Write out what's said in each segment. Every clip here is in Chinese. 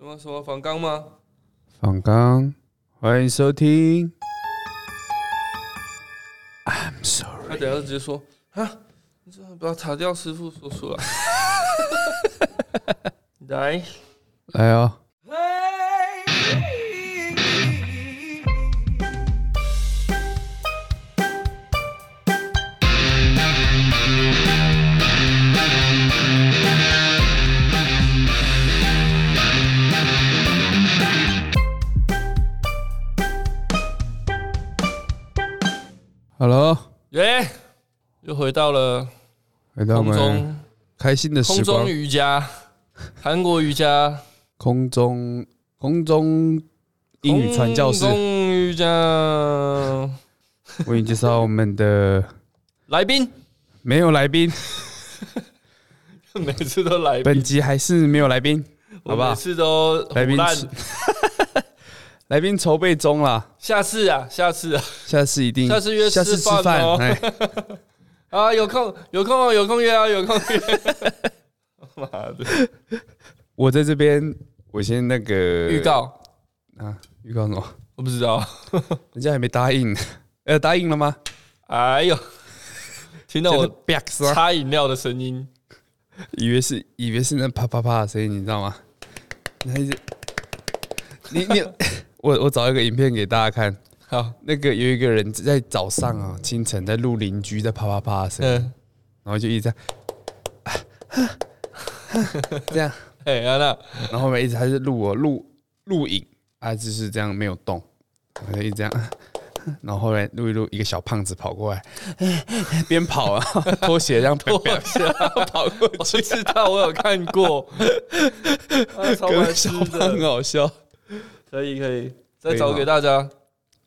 吗？什么仿钢吗？仿刚，欢迎收听。I'm sorry，他等一下就直接说啊，你这样把塔吊师傅说出来。 来，来哦，好了，耶、又回到了回到我空们中开心的空时光中，瑜伽，韩国瑜伽，空中空中英语传教士空，中瑜伽，为你介绍我们的来 宾，没有来宾，每次都来宾，本集还是没有来宾，我好不好每次都来宾胡乱是 来宾筹备中啦，下次啊，下次啊，下次一定，下次约下次吃吃饭饭哦，哎啊，有空有空哦有空约啊，有空约。 妈的，我在这边，我先那个预告啊，预告什么？我不知道。人家还没答应， 呃，答应了吗？哎呦，听到我啪啊，擦饮料的声音，以为是以为是那啪啪啪的声音，你知道吗？然后一直你 你我我找一个影片给大家看，好，那个有一个人在早上啊清晨在录邻居在啪啪啪的声音，嗯，然后就一直在。 这样，哎，安 娜，然后后面一直还是录我录录影啊，就是这样没有动，我就一直这样，然后后来录一录，一个小胖子跑过来，边跑啊，拖 鞋这样跑我 想跑过去，我知道，我有看过，啊，超跟白小痴 胖很的，好笑。可以可以，啊可再以找吗给大家。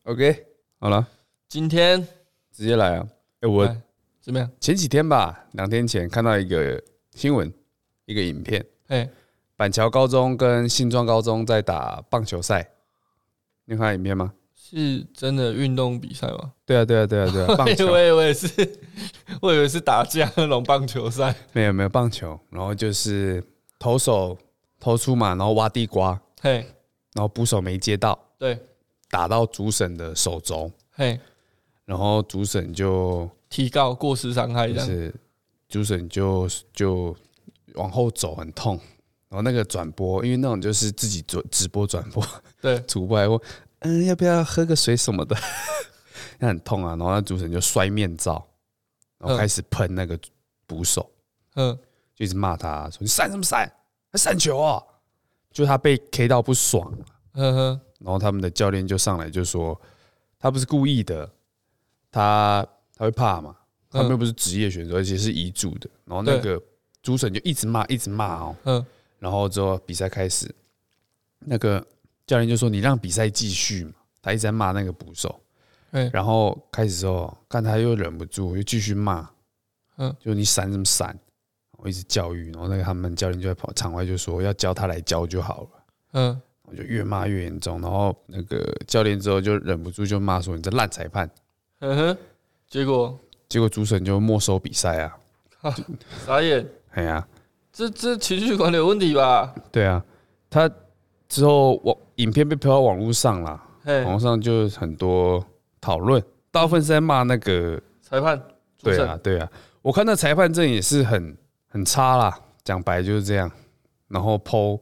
OK，好了，今天直接来啊！哎、我哎怎么样？前几天吧，两天前看到一个新闻，一个影片，哎，板桥高中跟新庄高中在打棒球赛，你有看到影片吗？是真的运动比赛吗？对啊，对啊，对啊，对 啊，棒我以球为我也是，我以为是打架那种棒球赛。没有没有棒球，然后就是投手投出嘛，然后挖地瓜， 嘿，然后捕手没接到，对，打到主审的手肘，嘿，然后主审就提告过失伤害这就样。是主审就就往后走很痛，然后那个转播，因为那种就是自己直直播转播，对，主播还问，嗯，要不要喝个水什么的，那很痛啊。然后那主审就摔面罩，然后嗯开始喷那个捕手，嗯，就一直骂他说你闪什么闪，还闪球啊！就他被 K 到不爽，呵呵，然后他们的教练就上来就说他不是故意的，他他会怕嘛，嗯他们又不是职业选手，而且是遗嘱的。然后那个主审就一直骂，一直骂哦。嗯，然后之后比赛开始，那个教练就说：“你让比赛继续嘛。”他一直在骂那个捕手。对然后开始之后，看他又忍不住，又继续骂。嗯，就你闪什么闪？我一直教育，然后那个他们教练就在跑场外就说要教他来教就好了。嗯，我就越骂越严重，然后那个教练之后就忍不住就骂说你这烂裁判，呵呵，结果结果主审就没收比赛啊，傻眼，哎呀，这这情绪管理有问题吧？对啊，他之后网影片被抛到网络上啦，嘿网，络上就很多讨论，大部分是在骂那个，裁判，主对审啊，对啊，我看那裁判证也是很很差啦，讲白就是这样，然后剖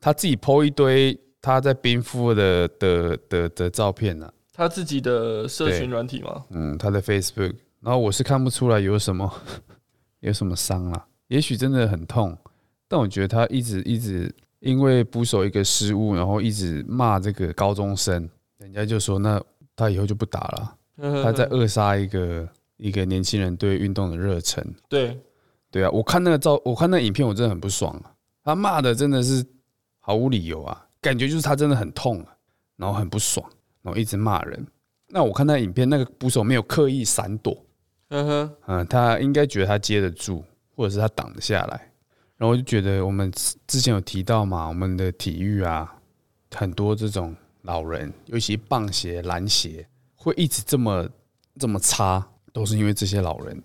他自己剖一堆他在冰敷的的的的照片啊，他自己的社对群软体嘛，嗯，他的 Facebook，然后我是看不出来有什么 有什么伤啦，也许真的很痛，但我觉得他一直一直因为捕手一个失误，然后一直骂这个高中生，人家就说那他以后就不打了，呵呵他在扼杀一个一个年轻人对运动的热忱。对，对啊，我看那个照，我看那个影片，我真的很不爽啊，他骂的真的是毫无理由啊，感觉就是他真的很痛啊，然后很不爽，然后一直骂人。那我看那影片，那个捕手没有刻意闪躲，呵呵，嗯，他应该觉得他接得住，或者是他挡得下来。然后我就觉得我们之之前有提到嘛，我们的体育啊，很多这种老人，尤其棒鞋、篮鞋，会一直这么这么差，都是因为这些老人。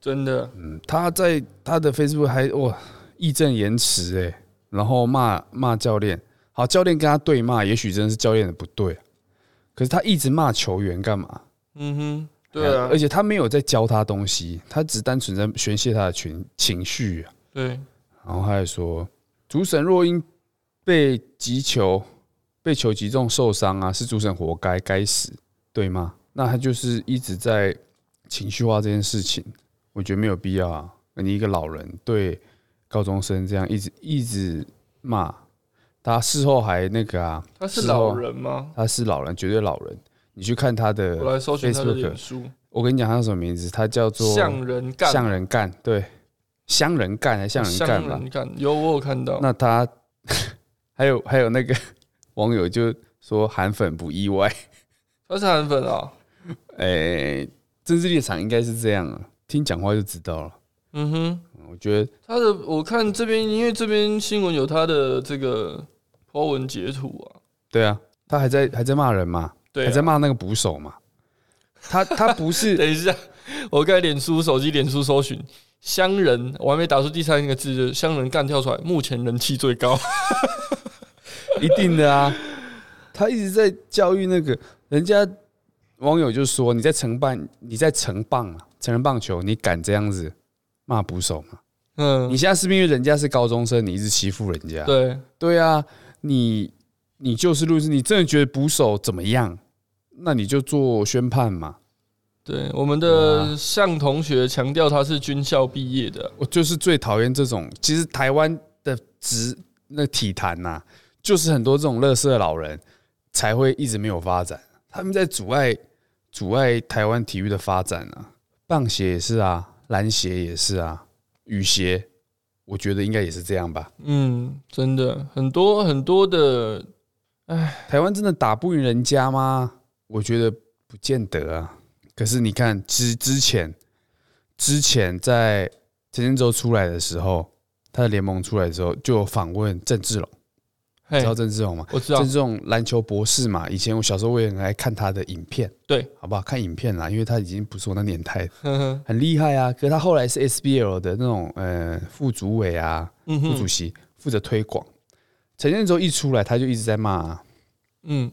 真的，嗯，他欸在他的 Facebook 还哇义正言辞哎，然后骂骂教练，好，教练跟他对骂，也许真的是教练的不对，啊可是他一直骂球员干嘛？嗯哼，对啊而，且他没有在教他东西，他只单纯在宣泄他的情情绪、啊。对，然后他还说，主审若因被击球、被球击中受伤啊，是主审活该，该死，对吗？那他就是一直在情绪化这件事情，我觉得没有必要啊。你一个老人对高中生这样一直一直骂，他事后还那个啊，他是之后老人吗？他是老人，绝对老人。你去看他的，我来搜寻他的 Facebook 脸书，我跟你讲他叫什么名字，他叫做向人干，向人干，对，乡人干还是向人向干吧人？干，有我有看到，那他 还有还有那个 网友就说韩粉不意外， 他是韩粉啊，哎、政治立场应该是这样啊，听讲话就知道了。嗯哼，嗯我觉得他的我看这边，因为这边新闻有他的这个 po 文截图啊，对啊，他还在还在骂人嘛，对还在啊，骂那个捕手嘛。他他不 是等一下，我刚才脸书手机脸书搜寻。乡人，我还没打出第三个字，就乡人干跳出来，目前人气最高。一定的啊，他一直在教育那个人家网友就说你在承办你在承棒啊，成人棒球，你敢这样子骂捕手吗？ 嗯你，现在是不是因为人家是高中生，你一直欺负人家？对，对啊，你你就事论事，你真的觉得捕手怎么样，那你就做宣判嘛。对，啊我们的向同学强调他是军校毕业的，我就是最讨厌这种，其实台湾的职那体坛呐、就是很多这种乐色老人才会一直没有发展，他们在阻碍阻碍台湾体育的发展啊。棒协也是啊，篮协也是啊，羽协，我觉得应该也是这样吧。嗯，真的很多很多的，台湾真的打不赢人家吗？我觉得不见得啊。可是你看之之前，之前在陈建州出来的时候，他的联盟出来的时候，就有访问郑志龙，嘿知，道郑志龙吗？我哎知道郑，志龙篮球博士嘛，以前我小时候我也很爱看他的影片，对，好不好？看影片啦，因为他已经不是我那年代的，呵呵很厉害啊。可是他后来是 SBL 的那种呃副主委啊、嗯副主哼，席，负责推广。陈建州一出来，他就一直在骂啊、嗯，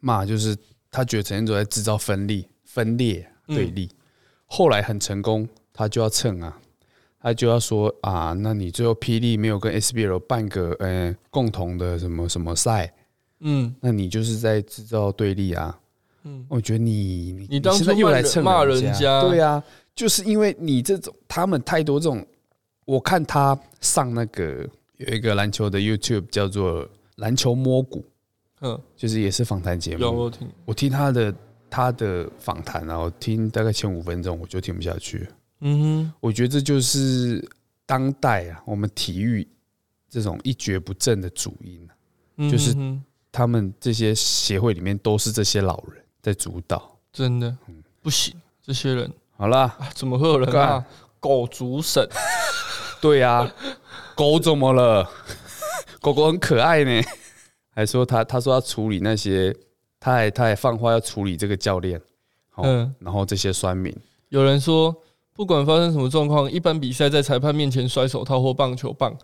骂，就是他觉得陈建州在制造分裂、分裂嗯对立。后来很成功，他就要蹭啊，他就要说啊，那你最后霹雳没有跟 SBL 办个呃共同的什么什么赛，嗯那你就是在制造对立啊。嗯，我觉得你你你当初现在又来蹭骂人人家对啊，就是因为你这种他们太多这种，我看他上那个有一个篮球的 YouTube 叫做篮球摸骨，嗯，就是也是访谈节目，有我听，我听他的他的访谈啊，我听大概前五分钟我就听不下去了。嗯我觉得这就是当代啊，我们体育这种一蹶不振的主因啊、哼，就是嗯哼他们这些协会里面都是这些老人在主导。真的不行，这些人好啦， 啊，怎么会有人嗯啊？狗族神，对啊，狗怎么了？ 狗狗很可爱呢，还说他他说要处理那些，他还他还放话要处理这个教练，好嗯，然后这些酸民。有人说，不管发生什么状况，一般比赛在裁判面前甩手套或棒球棒，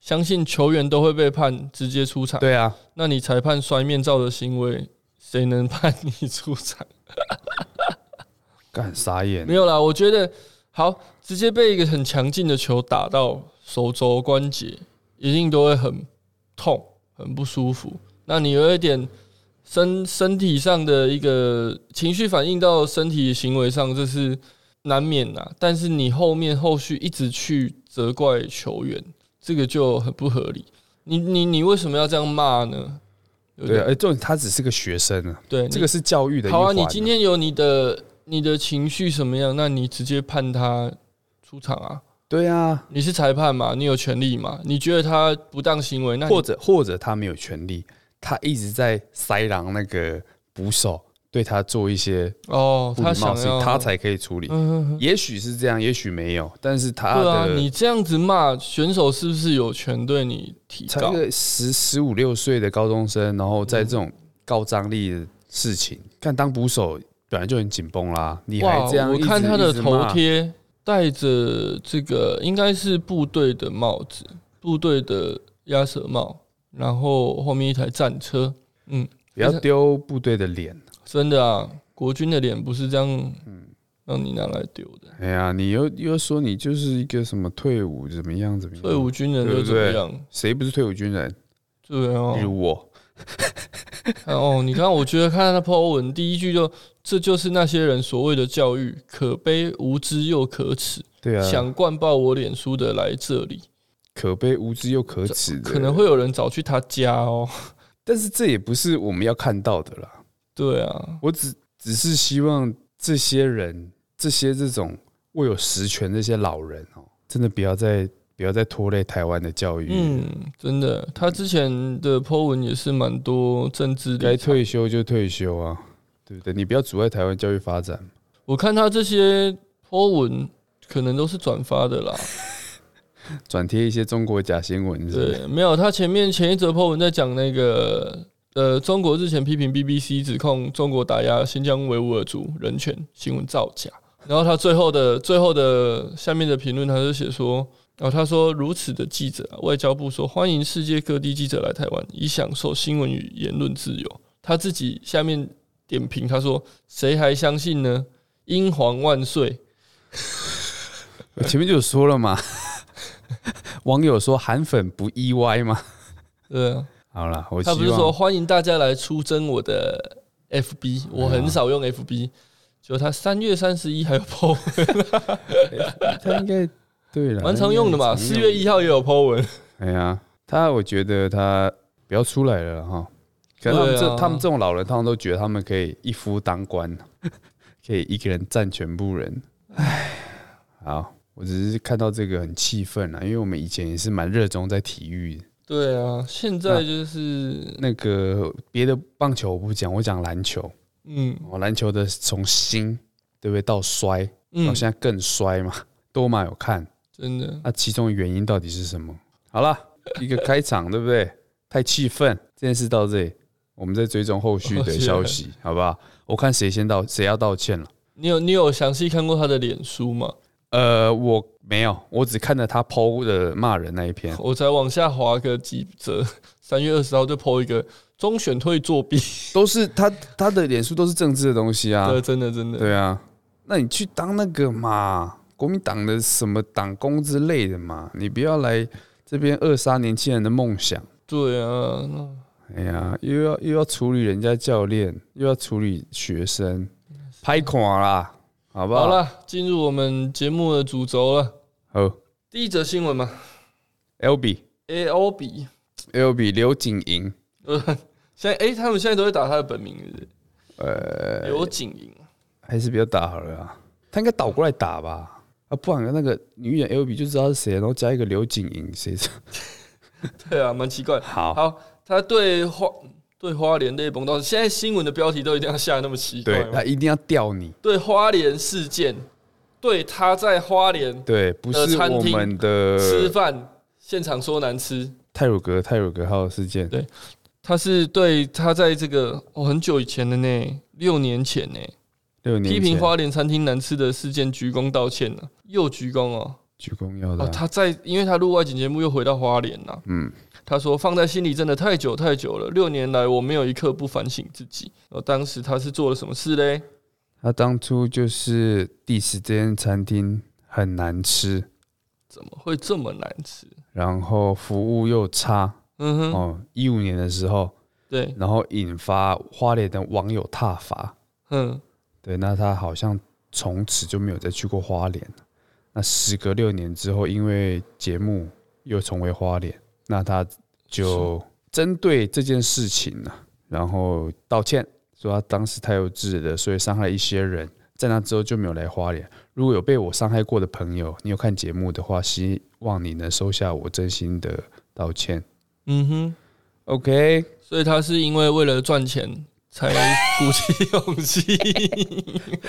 相信球员都会被判直接出场。对啊，那你裁判摔面罩的行为，谁能判你出场？干傻眼没。有啦，我觉得好，直接被一个很强劲的球打到手肘关节，一定都会很痛、很不舒服。那你有一点身身体上的一个情绪反映到身体行为上，这是难免啦。但是你后面后续一直去责怪球员，这个就很不合理。你你你为什么要这样骂呢？有对点啊，而重点他只是个学生啊，对，这哎你个是教育的一好环啊，你今天有你的你的情绪什么样，那你直接判他出场啊。对啊，你是裁判嘛，你有权利嘛？你觉得他不当行为，那啊你或者或者他没有权利，他一直在塞狼那个捕手，对他做一些哦，不礼他貌想的事要情，他才可以处理。嗯，也许是这样，也许没有，但是他对啊，的你这样子骂选手是不是有权对你提才告一？个十十五六岁的高中生，然后嗯在这种高张力的事情，看当捕手本来就很紧绷啦，你还哇，这样我一直，看他的一直头骂贴戴着这个应该是部队的帽子，部队的鸭舌帽，然后后面一台战车，嗯，不要丢部队的脸。真的啊，国军的脸不是这样，嗯让你拿来丢的。哎呀，你又又说你就是一个什么退伍怎么样怎么样？退伍军人又怎么样？谁不是退伍军人？对啊例，如我，哦，你看，我觉得看他 po 文第一句就，这就是那些人所谓的教育，可悲、无知又可耻，对啊，想灌爆我脸书的来这里，可悲、无知又可耻的，可能会有人找去他家哦。但是这也不是我们要看到的啦。对啊，我只只是希望这些人，这些这种握有实权这些老人哦，真的不要再不要再拖累台湾的教育。，嗯，真的，他之前的 po 文也是蛮多政治该立场。退休就退休啊，对不对？你不要阻碍台湾教育发展。我看他这些 po 文可能都是转发的啦。转贴一些中国假新闻是不是，对，没有，他前面前一则 po 文在讲那个呃，中国日前批评 BBC 指控中国打压新疆维吾尔族人权新闻造假，然后他最后的最后的下面的评论，他就写说。然后他说：“如此的记者、啊，外交部说欢迎世界各地记者来台湾，以享受新闻与言论自由。”他自己下面点评，他说：“谁还相信呢？英皇万岁！我前面就有说了嘛。 网友说韩粉不意外吗？对啊，好了，我希他望不是说欢迎大家来出征我的哎 FB，我很少用 FB，就他三月三十一还有 PO，他应该对了，蛮常用的嘛。四月一号也有 PO 文，哎呀，他我觉得他不要出来了啦哈。可能他们对这、啊他们这种老人，他们都觉得他们可以一夫当关， 可以一个人占全部人。唉，好，我只是看到这个很气愤啊，因为我们以前也是蛮热衷在体育的。对啊，现在就是那个别的棒球我不讲，我讲篮球。嗯哦，篮球的从新对不对到衰，到嗯，现在更衰嘛，多嘛有看。真的那其中的原因到底是什么？好了，一个开场，对不对？ 太气愤，这件事到这里，我们再追踪后续的消息，好不好？我看谁先道，谁要道歉了。你有你有详细看过他的脸书吗？呃，我没有，我只看了他剖的骂人那一篇。我才往下滑个几折， 三月二十号就 PO 一个中选退作弊，都是他他的脸书都是政治的东西 啊，对，真的真的，对啊，那你去当那个嘛，国民党的什么党工之类的嘛，你不要来这边扼杀年轻人的梦想。对啊，那哎呀，又要又要处理人家教练，又要处理学生，拍垮啦，好不好？好，了，进入我们节目的主轴了。好第一则新闻嘛，L B ，A O B。 L B 刘景莹，呃，现在哎、他们现在都会打他的本名是呃，刘景莹，还是不要打好了啊，他应该倒过来打吧？啊，不然那个女演 L B 就知道是谁，然后加一个刘景莹，谁知道？对啊，蛮奇怪。好，好，他对花对花莲泪崩到，现在新闻的标题都一定要下得那么奇怪对吗他一定要吊你，对花莲事件，对他在花莲对，不呃是餐我厅们的吃饭现场说难吃，泰鲁格泰鲁格号事件，他是对他在这个哦很久以前的呢，六年前呢，六年批评前花莲餐厅难吃的事件鞠躬道歉了、又鞠躬哦。鞠躬要的哦，啊、他在，因为他录外景节目又回到花莲了。嗯，他说放在心里真的太久太久了，六年来我没有一刻不反省自己。然后当时他是做了什么事嘞？他当初就是第十这间餐厅很难吃，怎么会这么难吃？然后服务又差嗯哼，哦。一五年的时候，对，然后引发花莲的网友挞伐，嗯，对，那他好像从此就没有再去过花莲了。那时隔六年之后，因为节目又重回花莲，那他就针对这件事情呢、然后道歉，说他当时太幼稚了，所以伤害一些人。在那之后就没有来花莲。如果有被我伤害过的朋友，你有看节目的话，希望你能收下我真心的道歉。嗯哼， OK，所以他是因为为了赚钱才鼓起 勇气。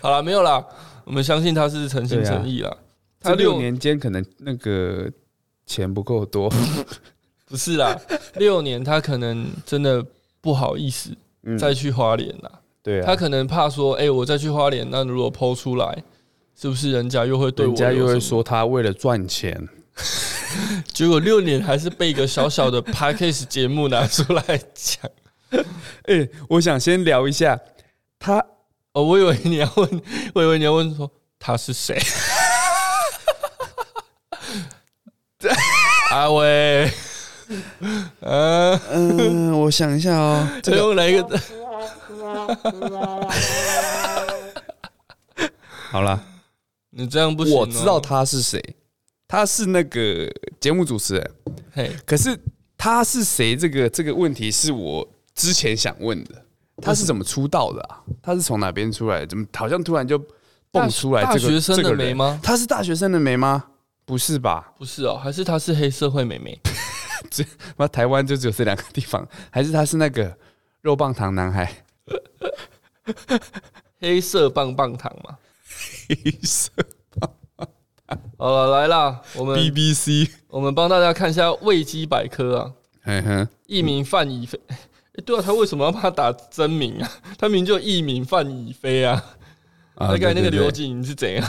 好了，没有啦，我们相信他是诚心对啊诚意啦。这六年间可能那个钱不够多，不是啦，六年他可能真的不好意思嗯再去花莲啦。对啊，他可能怕说，哎、我再去花莲，那如果剖出来，是不是人家又会对我人家有又什会么说他为了赚钱，结果六年还是被一个小小的 p a c k a g e 节目拿出来讲。哎、我想先聊一下他，哦，我以为你要问， 我以为你要问说他是谁。 阿威，嗯、啊，嗯、我想一下 哦，这用了一个好啦，你这样不行、哦我知道，他是谁，哦他是那个节目主持人，嘿，可是他是谁这个这个问题是我之前想问的，他是怎么出道的啊？他是从哪边出来的？怎么好像突然就蹦出来大这个大学生的这个眉人吗 他是大学生的眉吗？不是吧？不是哦，还是他是黑社会妹妹？那台湾就只有这两个地方，还是他是那个肉棒糖男孩？ 黑色棒棒糖嘛。好了，来啦，我们 BBC，我们帮大家看一下维基百科啊，嗯哼，艺名范以飞。诶对啊，他为什么要帮他打真名啊？ 他名就艺名范以飞啊。啊大概那个刘，对对对瑾是怎样？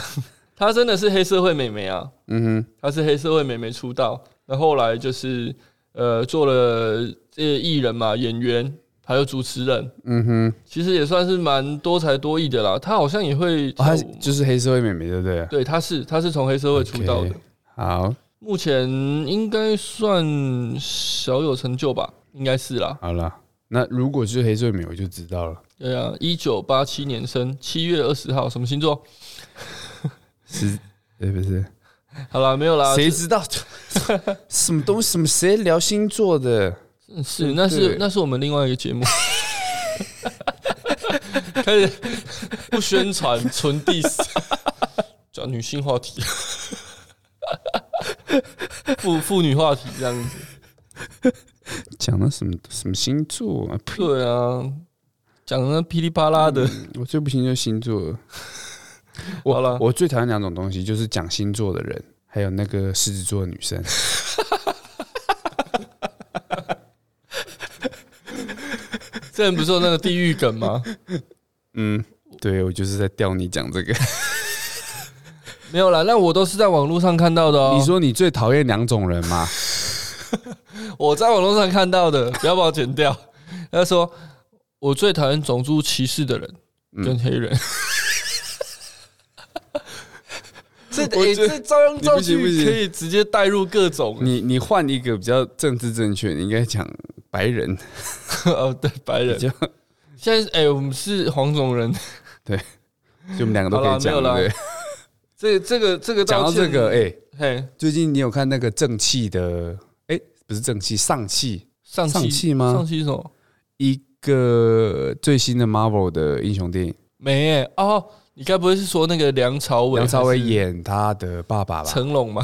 她真的是黑社会美眉啊，嗯她是黑社会美眉出道，那后来就是呃做了这艺人嘛，演员还有主持人，哼，嗯哼，其实也算是蛮多才多艺的啦。她好像也会哦，跳他舞嘛，就是黑社会妹妹，对不对？对，她是她是从黑社会出道的 OK，好，目前应该算小有成就吧，应该是啦。好了，那如果是黑社会妹，我就知道了，对啊，一九八七年生，七月二十号，什么星座？是，对不是？好啦，没有啦，谁知道 什么东西？什么谁聊星座的？嗯是，那是对那是我们另外一个节 目，开始不宣传，纯 diss，讲女性话题， 妇妇女话题这样子。讲到什么什么星座啊？呸！对啊，讲的噼里啪啦的。我最不行就是星座了。好了，嗯我最讨厌两种东西，就是讲星座的人，还有那个狮子座的女生。之前不是有那个地狱梗吗？嗯，对，我就是在吊你讲这个。没有啦，那我都是在网络上看到的哦、你说你最讨厌两种人吗？我在网络上看到 的，不要把我剪掉。他说我最讨厌种族歧视的人嗯跟黑人。 这我诶觉得这照样造句你不行不行可以直接带入各种你你换一个比较政治正确，你应该讲白人， 哦，对白比 人。较现在哎、我们是黄种人，就我们两个都可以讲，好对啦不没有啦对？ 这这个这个讲道到歉这个，哎、嘿，最近你有看那个正气的？哎、不是正气，上气上期上气吗上期是什么？一个最新的 Marvel 的英雄电影，没、欸、哦，你该不会是说那个梁朝伟？梁朝伟、演他的爸爸吧？成龙吗？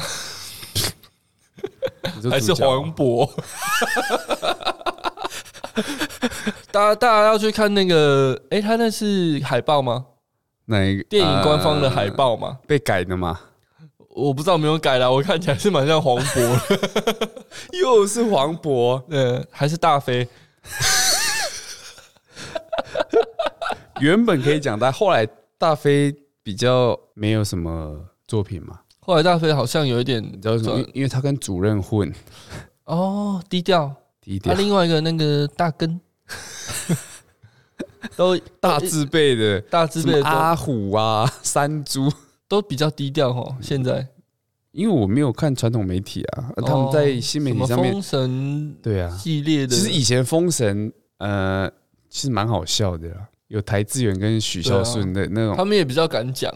你说还是主角黄渤。 大家大家要去看那个，诶，他那是海报吗？哪一个电影官方的海呃报吗？被改的吗？呃我不知道有没有改啦，我看起来是蛮像黄 渤的，又是黄渤，呃，还是大飞。原本可以讲他，后来大飞比较没有什么作品嘛，后来大飞好像有一点，你你知道为什么？因因为他跟主任混哦，低调。低调他、，另外一个那个大 根，都大字辈的，大呃字辈什的么阿虎啊、山猪，都都比较低调哈。现在因为我没有看传统媒体啊，他们在新媒哦什么体上面，封神对啊，系列的，其实以前封神，呃，其实蛮好笑的啦，有台志远跟许啊孝顺的那种他们也比较敢讲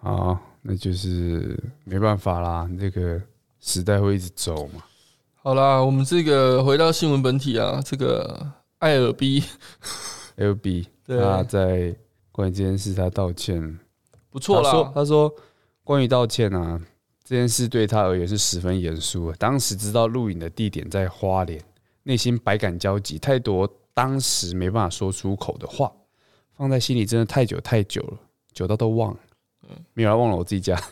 啊。啊，那就是没办法啦，这个时代会一直走嘛。好啦，我们这个回到新闻本体啊，这个艾尔 B L B 对他在关于这件事他道歉，不错他说啦，他说关于道歉啊这件事对他而言是十分严肃的。当时知道录影的地点在花莲，内心百感交集，太多当时没办法说出口的话，放在心里真的太久太久了，久到都忘了。没有，他忘了我自己家。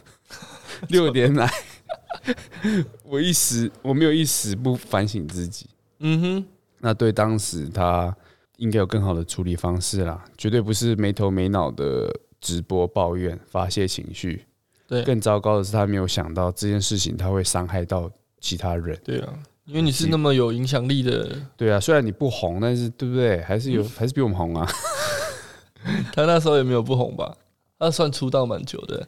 六年来， 我一时我没有一时不反省自己。嗯哼，那对当时他应该有更好的处理方式啦，绝对不是没头没脑的直播抱怨发泄情绪。对更糟糕的是，他没有想到这件事情他会伤害到其他人。对啊，因为你是那么有影响力的，对啊，虽然你不红，但是对不对？还是有，还是比我们红啊。 他那时候也没有不红吧？他算出道蛮久的，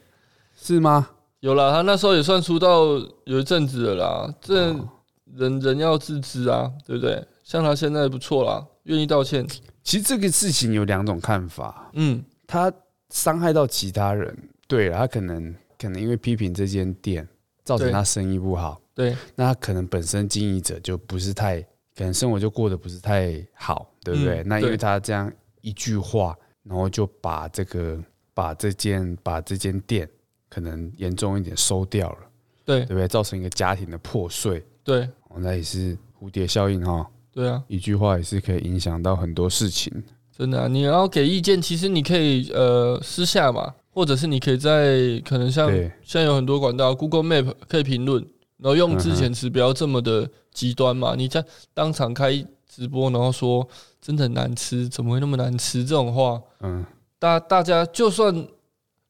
是吗？有啦，他那时候也算出道有一阵子了啦。这哦人人要自知啊，对不对？像他现在不错啦，愿意道歉，其实这个事情有两种看法，嗯，他伤害到其他人，对了，他可能可能因为批评这间店，造成对他生意不好，对，那他可能本身经营者就不是太，可能生活就过得不是太好，对不对？嗯那因为对他这样一句话，然后就把这个把这间把这间店可能严重一点收掉了，对对，不对？造成一个家庭的破碎，对，哦那也是蝴蝶效应哈、哦对啊，一句话也是可以影响到很多事情。真的、啊，你要给意见，其实你可以呃私下嘛，或者是你可以在可能像对现在有很多管道，Google Map 可以评论，然后用之前词不要这么的极端嘛。你在当场开直播，然后说真的很难吃，怎么会那么难吃这种话，嗯，大大家就算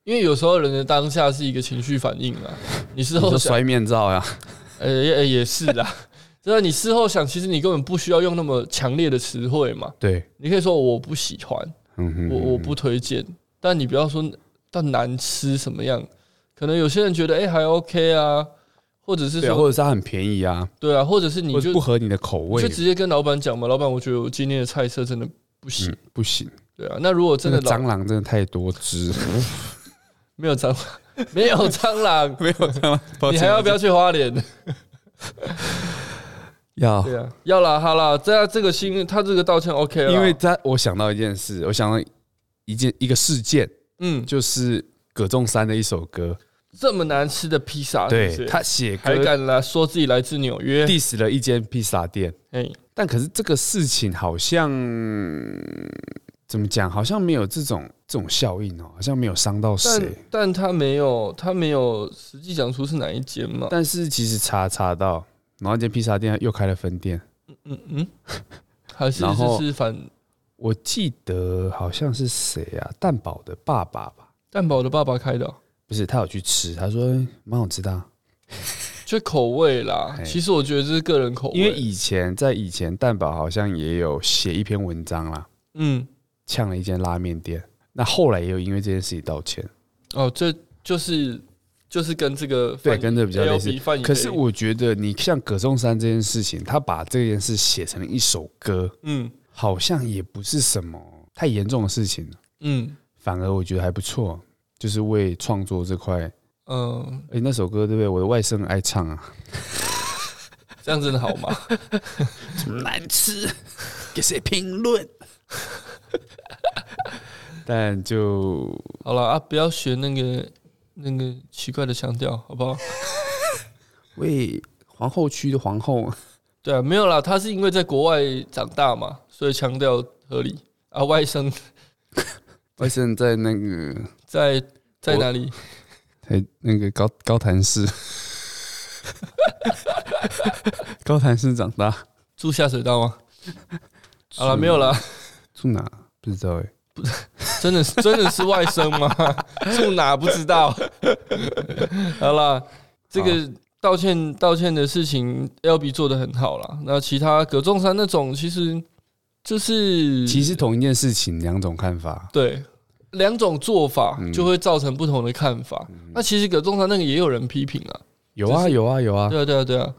因为有时候人的当下是一个情绪反应啊，你事你后说想，摔面 罩呀、呃、也也是啦， 就是你事后想，其实你根本不需要用那么强烈的词汇嘛，对，你可以说我不喜欢。嗯哼我我不推荐。但你不要说但难吃什么样，可能有些人觉得哎、诶还 OK 啊，或者是对啊，说或者是它很便宜啊，对啊，或者是你或者就不合你的口味就，直接跟老板讲嘛，老板，我觉得我今天的菜色真的不行。嗯，不行，对啊，那如果真真的的老蟑螂真的太多只，没有蟑螂， 没有蟑螂， 没有蟑螂 你还要不要去花莲？要？对啊，要啦哈啦，这样这个新他这个道歉 OK 了，因为在我想到一件事，我想到一件一个事件，嗯就是葛仲山的一首歌，这么难吃的披萨，啊是不对是他写还歌敢来说自己来自纽约， diss 了一间披萨店，哎，但可是这个事情好像怎么讲，好像没有这种这种效应哦，好像没有伤到谁但。但他没有，他没有实际讲出是哪一间嘛？但是其实查查到，然后那间披萨店又开了分店，嗯 嗯，还是然后是是反我记得好像是谁啊，蛋宝的爸爸吧？蛋堡的爸爸开的哦、不是，他有去吃，他说欸蛮好吃的啊、就口味啦哎。其实我觉得这是个人口味，因为以前在以前蛋宝好像也有写一篇文章啦，嗯呛了一间拉面店。那后来也有因为这件事情道歉，哦，这就是就是跟这个对，饭跟这比较类似 ALB。饭可是我觉得你像葛仲山这件事情，他把这件事写成了一首歌，嗯好像也不是什么太严重的事情，嗯反而我觉得还不错，就是为创作这块嗯，哎、那首歌对不对？我的外甥爱唱啊，这样真的好吗？什么 难吃，给谁评论？ 但就好了啊，不要学那个那个奇怪的腔调，好不好？为皇后区的皇后，对啊，没有啦，他是因为在国外长大嘛，所以腔调合理啊。外甥外甥在那个在在我哪里？在那个高高潭市， 高潭市长大。住下水道 吗？好了，没有了，啦，住哪不知道哎、真的是真的是外甥吗？ 住哪不知道。 好啦，这个道歉道歉的事情，L B 做的很好啦。那其他葛仲山那种，其实就是其实同一件事情，两种看法。对两种做法嗯就会造成不同的看法。那其实葛仲山那个也有人批评啊，有啊，只有啊，有啊。对啊对啊对啊。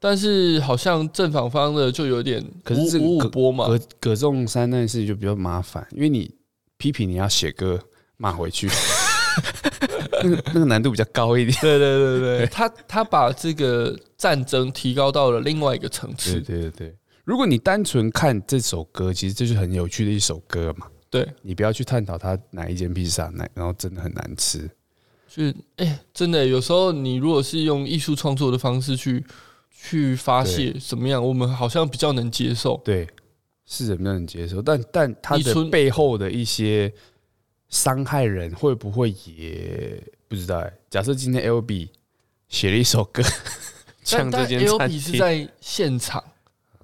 但是好像正反方的就有点可是这个五五葛波嘛，葛葛仲山那件事情就比较麻烦，因为你批评你要写歌骂回去，那个那个难度比较高一点。对对对对，他他把这个战争提高到了另外一个层次，对对对对，如果你单纯看这首歌，其实这是很有趣的一首歌嘛。对，你不要去探讨它哪一间披萨，哪然后真的很难吃。就是哎、真的、有时候你如果是用艺术创作的方式去去发泄，怎么样，我们好像比较能接受。对，是人不能接受，但但它你的纯背后的一些伤害人，会不会也不知道、欸？假设今天 L B 写了一首 歌，但像这但间 L 餐 B 是厅。在现场，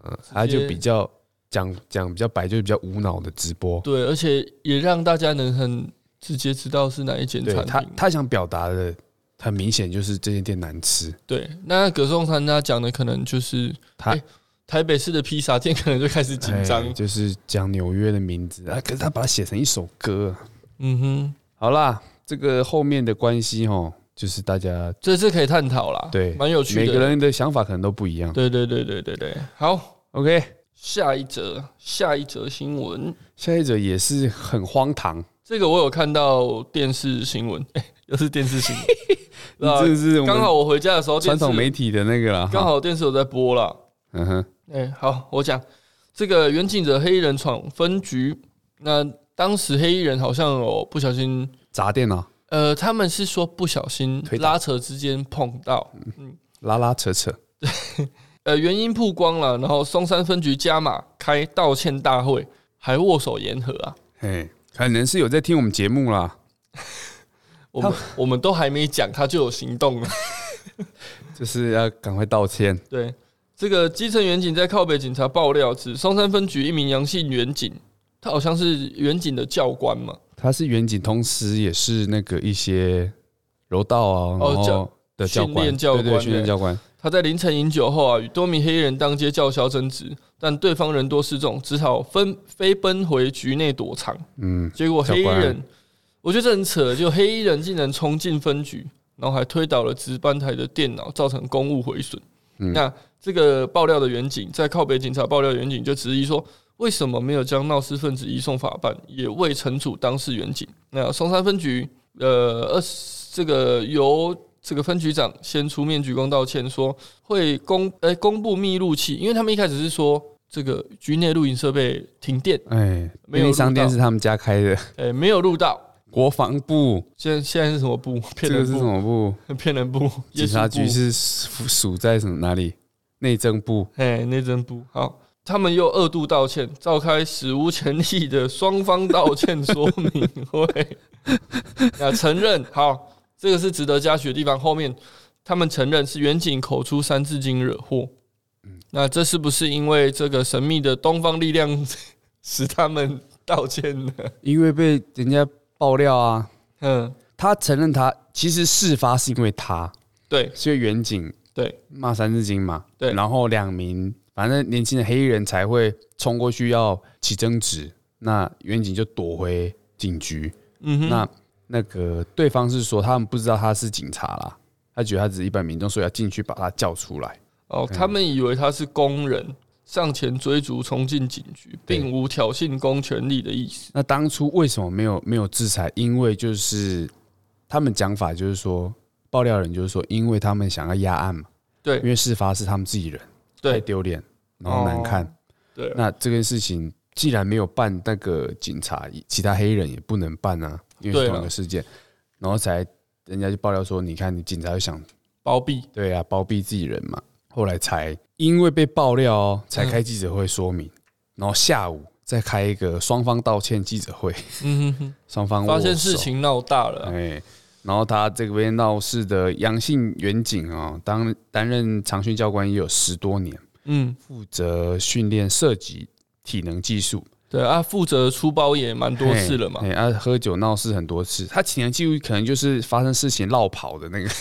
嗯他直就接比较讲讲比较白，就是比较无脑的直播。对，而且也让大家能很直接知道是哪一间对餐他厅。他想表达的很明显就是这间店难吃。对，那葛颂山他讲的可能就是他哎台北市的披萨店可能就开始紧张哎，就是讲纽约的名字啊，可是他把它写成一首歌啊。嗯哼，好啦，这个后面的关系哦，就是大家这是可以探讨啦，对蛮有趣每个的。人的想法可能都不一样。对对对对对对，好， OK，下一则，下一则新闻，下一则也是很荒唐，，这个我有看到电视新闻，哎 又是电视新闻这那是 我啊刚们好我回家的时候，传电视统媒体的那个啦。哈刚，好电视有在播啦。嗯哼，哎、好，我讲这个远景者黑衣人闯分局，那当时黑衣人好像有不小心，砸哦电脑，呃，他们是说不小心推倒拉扯之间碰到，拉拉扯扯，呃，原因曝光了，然后松山分局加码开道歉大会，还握手言和啊。哎，可能是有在听我们节目啦。我们我们都还没讲，他就有行动了。就是要赶快道歉，对，这个基层远警在靠北警察爆料指，松山分局一名杨姓远警，他好像是远警的教官嘛，他是远景，同时也是那个一些柔道啊，哦然后教的教训官，练教对对，官训练对教官，他在凌晨饮酒后啊，与多名黑衣人当街叫嚣争执，但对方人多势众，只好分飞奔回局内躲藏。嗯，结果黑衣小人乖，我觉得这很扯，就黑衣人竟然冲进分局，然后还推倒了值班台的电脑，造成公务毁损。嗯那这个爆料的远警在靠北警察爆料的远警就质疑说，为什么没有将闹事分子移送法办，也未惩处当事远警？那松山分局，呃，二十这个由这个分局长先出面鞠躬道歉说，会公呃公布密录器，因为他们一开始是说这个局内录影设备停电，哎，没有便利商店录到是他们家开的，呃，没有录到。国防部现在现在是什么部？这骗个人是什部，么部？骗人部，警察局夜市是属属在什么哪里？内政部部，哎，内政部。好，他们又二度道歉，召开史无前例的双方道歉说明会， 那承认好，这个是值得嘉许的地方。后面他们承认是远景口出三字经惹祸，嗯那这是不是因为这个神秘的东方力量 使他们道歉呢？因为被人家爆料啊，嗯，他承认他其实事发是因为他，对是因为远景对骂三字经嘛，对然后两名反正年轻的黑衣人才会冲过去要起争执，那远景就躲回警局，嗯哼，那那个对方是说他们不知道他是警察啦，他觉得他只是一般民众，所以要进去把他叫出来。哦，他们以为他是工人，上前追逐，冲进警局，对并无挑衅公权力的意思。那当初为什么没有没有制裁？因为就是他们讲法就是说，爆料人就是说，因为他们想要压案嘛，因对为事发是他们自己人，太对哦丢脸，然后难看。对，啊那这件事情既然没有办那个警察，其他黑人也不能办啊，因为是对啊同一个事件，然后才人家就爆料说，你看你警察就想包庇。对啊包庇自己人嘛，后来才因为被爆料哦，才嗯开记者会说明，然后下午再开一个双方道歉记者会，嗯哼双方哼，握发现事手情闹大了啊、哎，然后他这边闹事的杨姓远警啊，当担任长训教官也有十多年，嗯，负责训练射击、体能技术，对啊，负责出包也蛮多次了嘛哎，。啊，喝酒闹事很多次，他体能技术可能就是发生事情绕跑的那个。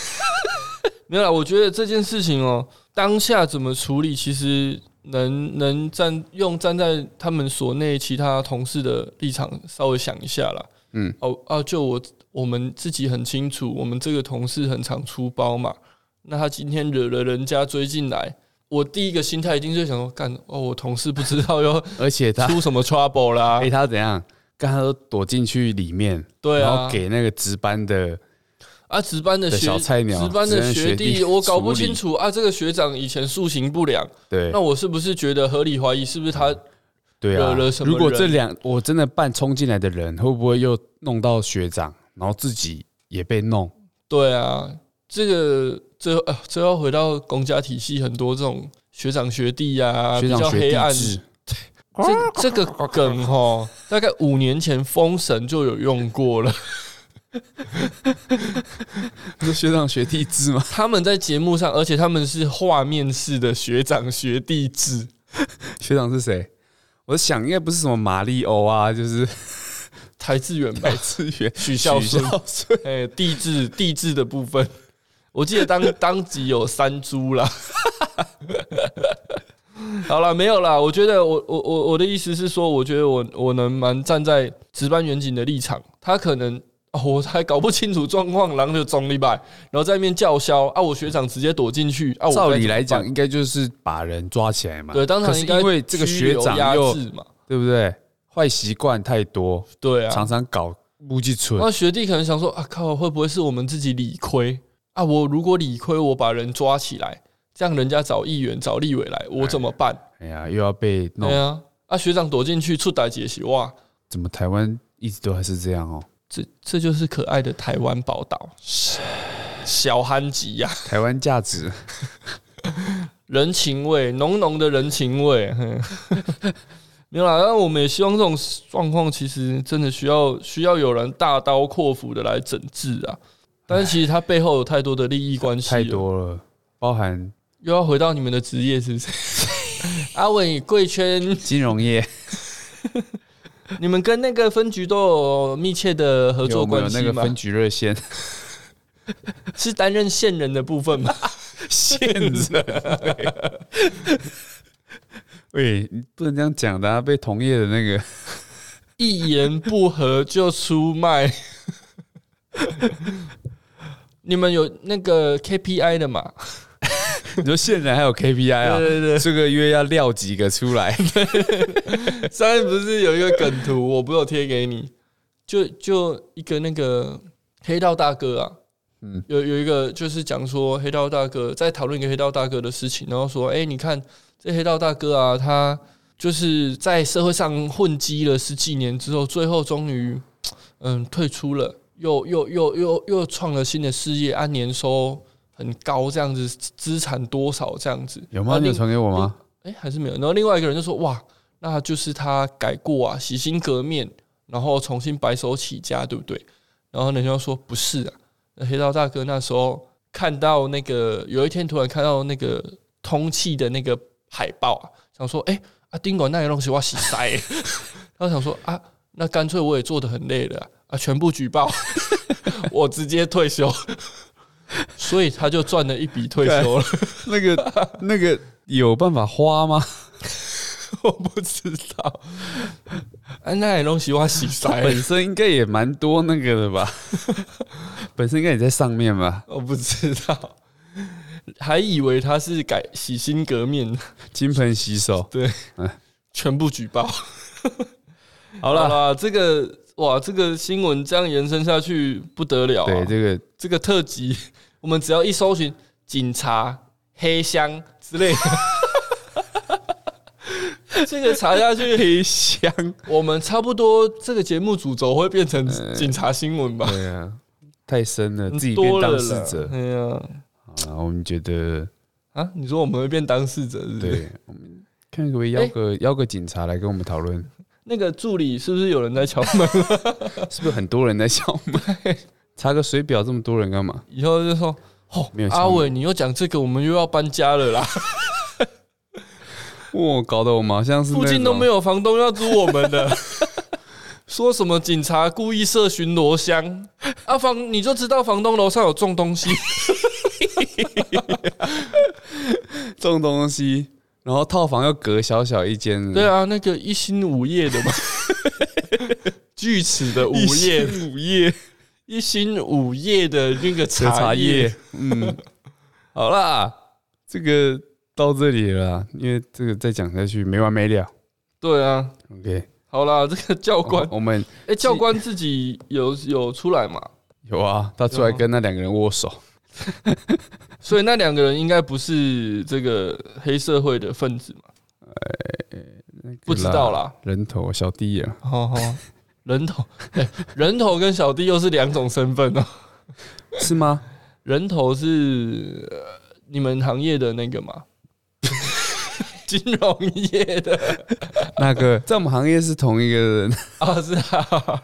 没有啦，我觉得这件事情哦，当下怎么处理，其实能能站用站在他们所内其他同事的立场稍微想一下啦。嗯，哦啊，就我我们自己很清楚，我们这个同事很常出包嘛，那他今天惹了人家追进来。我第一个心态一定是想说，干哦，我同事不知道 要而且他，出什么 trouble 啦啊哎、，他怎样？刚才都躲进去里面，对然后啊，给那个值班的，啊，值班的的学小菜鸟值班值班的学学弟弟，我搞不处理清楚啊，这个学长以前塑形不良，对那我是不是觉得合理怀疑是不是他？对啊惹了。什么如果人这两我真的扮冲进来的人，会不会又弄到学长，然后自己也被弄？对啊，这个最后啊，最后回到公家体系，很多这种学长学弟啊，学比长较学黑暗弟。 制，这这个梗哦， 大概五年前《封神》就有用过了。 是学长学弟制 吗？他们在节目上，而且他们是画面式的学长学弟制。学长是谁？我想应该不是什么马里欧啊， 就是台志远吧白，志远、许孝顺许，顺哎，地质地质的部分，我记得当 当集有三株啦。 好了，没有啦。我觉得我我我我的意思是说，我觉得我我能蛮站在值班远景的立场，他可能、哦、我还搞不清楚状况，然后就中礼拜，然后在那边叫嚣啊，我学长直接躲进去啊。我照该理怎么来办讲，，应该就是把人抓起来嘛。对，当可场是应该因为这个拘学留长压又制嘛，对不对？坏习惯太多，对啊，常常搞木屐村。那学弟可能想说啊靠，会不会是我们自己理亏啊？我如果理亏，我把人抓起来，这样人家找议员、找立委来，我怎么办？哎呀，又要被弄对。啊，啊学长躲进去出歹解析，哇，怎么台湾一直都还是这样哦？这这就是可爱的台湾宝岛，小憨吉呀、台湾 价值人情味，浓浓的人情味。哼 没有啦，但我们也希望这种状况，其实真的需要需要有人大刀阔斧的来整治啊。但是其实它背后有太多的利益关系了，太多了，包含又要回到你们的职业是不是？ 阿伟与贵圈，金融业你们跟那个分局都有密切的合作有没有关系那个吗？分局热线是担任线人的部分吗？ 线人。 喂，你不能这样讲的、啊，被同业的那个 一言不合就出卖。 你们有那个 KPI 的嘛？你说现在还有 KPI 啊？对对这个月要撂几个出来？对，上面不是有一个梗图，我不是有贴给你，就就一个那个黑道大哥啊，嗯有有一个就是讲说黑道大哥在讨论一个黑道大哥的事情，然后说，哎、你看这黑道大哥啊，他就是在社会上混迹了十几年之后，最后终于嗯退出了，又又又又又创了新的事业，按、年收很高这样子，资产多少这样子， 有然吗？后你另有传给我吗？哎、还是没有。然后另外一个人就说：“哇，那就是他改过啊，洗心革面，然后重新白手起家，对不对？”然后人家说：“不是啊，那黑道大哥那时候看到那个，有一天突然看到那个通气的那个海报、啊，想说：‘哎、啊，丁管那些东西我洗塞、 然后想说：‘啊，那干脆我也做的很累了啊啊，全部举报， 我直接退休。’所以他就赚了一笔退休了。”那个那个有办法花 吗？ 我不知道。啊，那些东西我洗它塞，本身应该也蛮多那个的 吧，本身应该也在上面吧。我不知道，还以为他是改洗心革面，金盆洗手，全部举报。 好了啦啦，这个哇，这个新闻这样延伸下去不得了、啊。对这这个个特辑，我们只要一搜寻警察、黑箱之类的。 这个查下去， 黑箱，我们差不多这个节目主轴会变成呃警察新闻吧，对啊，太深了，自己变多了当啦事者哎呀，啊。我们觉得，啊，你说我们会变当事者是不是？ 对，我们看可不可以邀个邀个警察来跟我们讨论，那个助理是不是有人在敲 门？是不是很多人在笑我们？ 查个水表，这么多人干嘛？以后就说：“哦没有，敲门阿伟，你又讲这个，我们又要搬家了啦，哇，搞得我们好像是附近都没有。有房东要租我们 的。”说什么警察故意设巡逻箱啊房你就知道房东楼上有种东西，种东西，然后套房又隔小小一间，对，啊，那个一心五夜 的嘛，锯齿的午夜，午夜一心五夜的那个喝 茶茶叶叶，，嗯， 好啦，这个到这里了啦，因为这个再讲下去没完没了。对啊， OK，好啦，这个教官我，我们哎、教官自己有有出来嘛？有啊，他出来跟那两个人握手，所以那两个人应该不是这个黑社会的分子嘛？不知道啦。人头小弟啊，哦哦，人头，哎人头跟小弟又是两种身份哦。是吗？人头是、呃你们行业的那个嘛， 金融业的那个 在我们行业是同一个人，啊，是啊，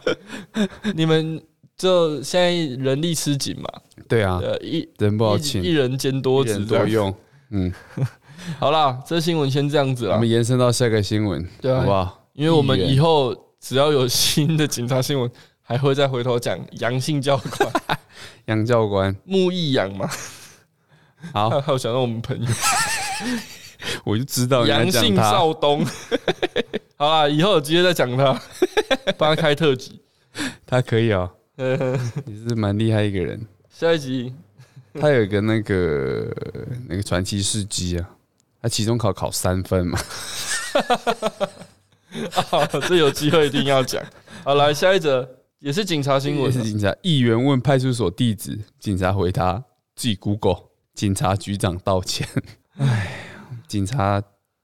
你们就现在人力吃紧嘛，对啊，呃，一人不好一请，一人兼多一职人这多样。用。嗯，好啦，这新闻先这样子我啦们，延伸到下个新闻，对啊好不好？因为我们议员以后只要有新的警察新闻， 还会再回头讲阳性教官。杨教官，木易养嘛， 好，还有想到我们朋友我就知道你在阳哦讲性他。少 东，好啦，以后有机会再讲他，帮他开特辑。他可以哦， 你是蛮厉害一个人。下一集 他有一个那个那个传奇事迹啊，他期中考考三分嘛，啊，这有机会一定要讲。好，来下一则也是警察新闻也啊、是 警察。议员问派出所地址，警察回他自己 Google。警察局长道歉，哎， 警察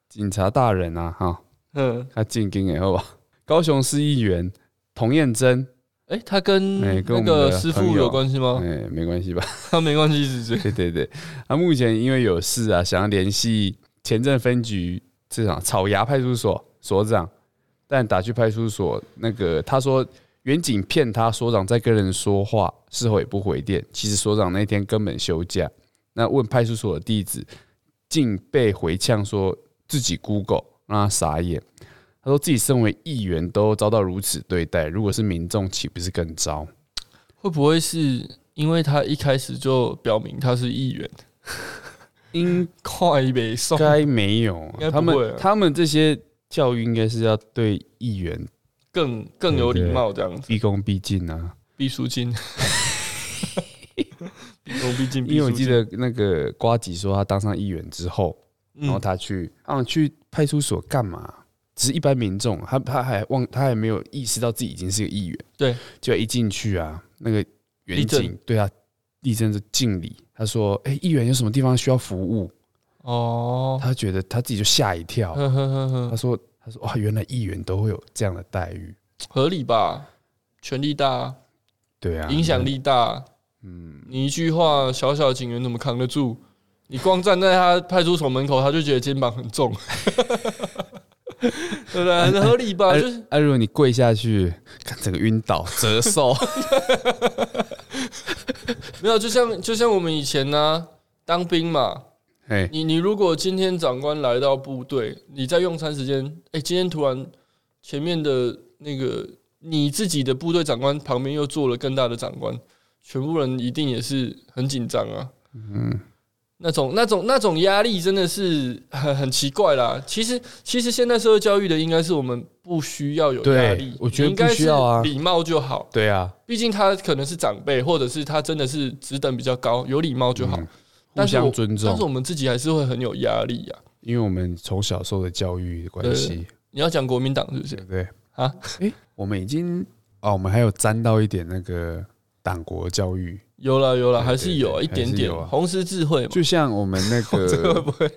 警察大人啊，哈，嗯，他进京以后啊，高雄市议员童燕珍，哎、他跟哎跟那我们个的师朋傅友有关系吗？哎，没关系吧？他没关系，是不是？对对对，他目前因为有事啊，想要联系前镇分局这场草衙派出所所长，但打去派出所那个他说远景骗他所长在跟人说话，事后也不回电。其实所长那天根本休假，那问派出所的地址，竟被回呛说自己 Google，让他傻眼。他说自己身为议员都遭到如此对待，如果是民众，岂不是更糟？会不会是因为他一开始就表明他是议员，应快北送应？该没有啊应该，不他会们啊他们这些教育应该是要对议员更更有礼对对貌这样子，毕恭毕敬啊。毕书尽，毕恭毕敬，毕因为我书记尽，得那个瓜吉说，他当上议员之后，然后嗯，他去啊去派出所干嘛？只是一般民众，他他还忘他还没有意识到自己已经是个议员。对，就一进去啊，那个立远正景对他立正就敬礼，他说：“哎、议员有什么地方需要服务哦？”，他觉得他自己就吓一跳，呵呵呵他呵，说：“他说哇，原来议员都会有这样的待遇。”合理吧？权力大，对啊，影响力。力大，嗯，你一句话，小小警员怎么扛得住？你光站在他派出所门口，他就觉得肩膀很重，对不对？很合理吧？哎就是哎、如果你跪下去， 看整个晕 倒折寿，没有，就像就像我们以前呢、当兵嘛，哎，你你如果今天长官来到部队，你在用餐时间，哎、今天突然前面的那个你自己的部队长官旁边又坐了更大的长官，全部人一定也是很紧张啊。嗯，那种、那种、那种压力真的是很很奇怪啦。其实，其实现在社会教育的应该是我们不需要有压力对，我觉得应该不需要啊是礼貌就好。对啊，毕竟他可能是长辈，或者是他真的是职等比较高，有礼貌就好。嗯互但是我相尊但是我重，们自己还是会很有压力啊呀、因为我们从小受的教育的关系，你要讲国民党是不是对？不对？啊，哎，我们已经哦，我们还有沾到一点那个党国教育，有了有了，对还是有啊对一点还是有点啊红十字会嘛，就像我们那 会个不会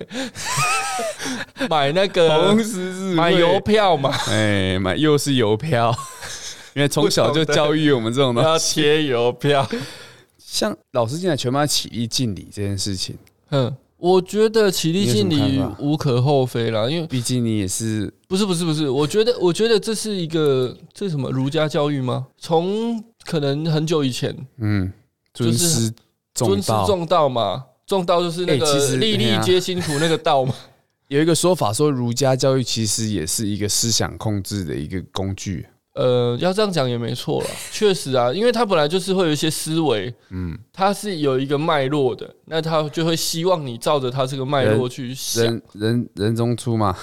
买那个 红十字会买邮， 票 嘛？哎，买又是邮票， 因为从小就教育我们这种东要西，贴邮 票。像老师进来全班起立敬礼这件事情，嗯，我觉得起立敬你有什礼么看法无可厚非啦，因为毕竟你也是不是不是不是，我觉得我觉得这是一个这是什么儒家教育吗？从可能很久以前嗯，就尊是师重尊师道。重道嘛，重道就是那哎其个实粒粒皆辛苦那个道嘛。有一个说法说，儒家教育其实也是一个思想控制的一个工具。呃，要这样讲也没错了，确实啊，因为他本来就是会有一些思维， 嗯，他是有一个脉络的，那他就会希望你照着他这个脉络去想。人人人中出嘛，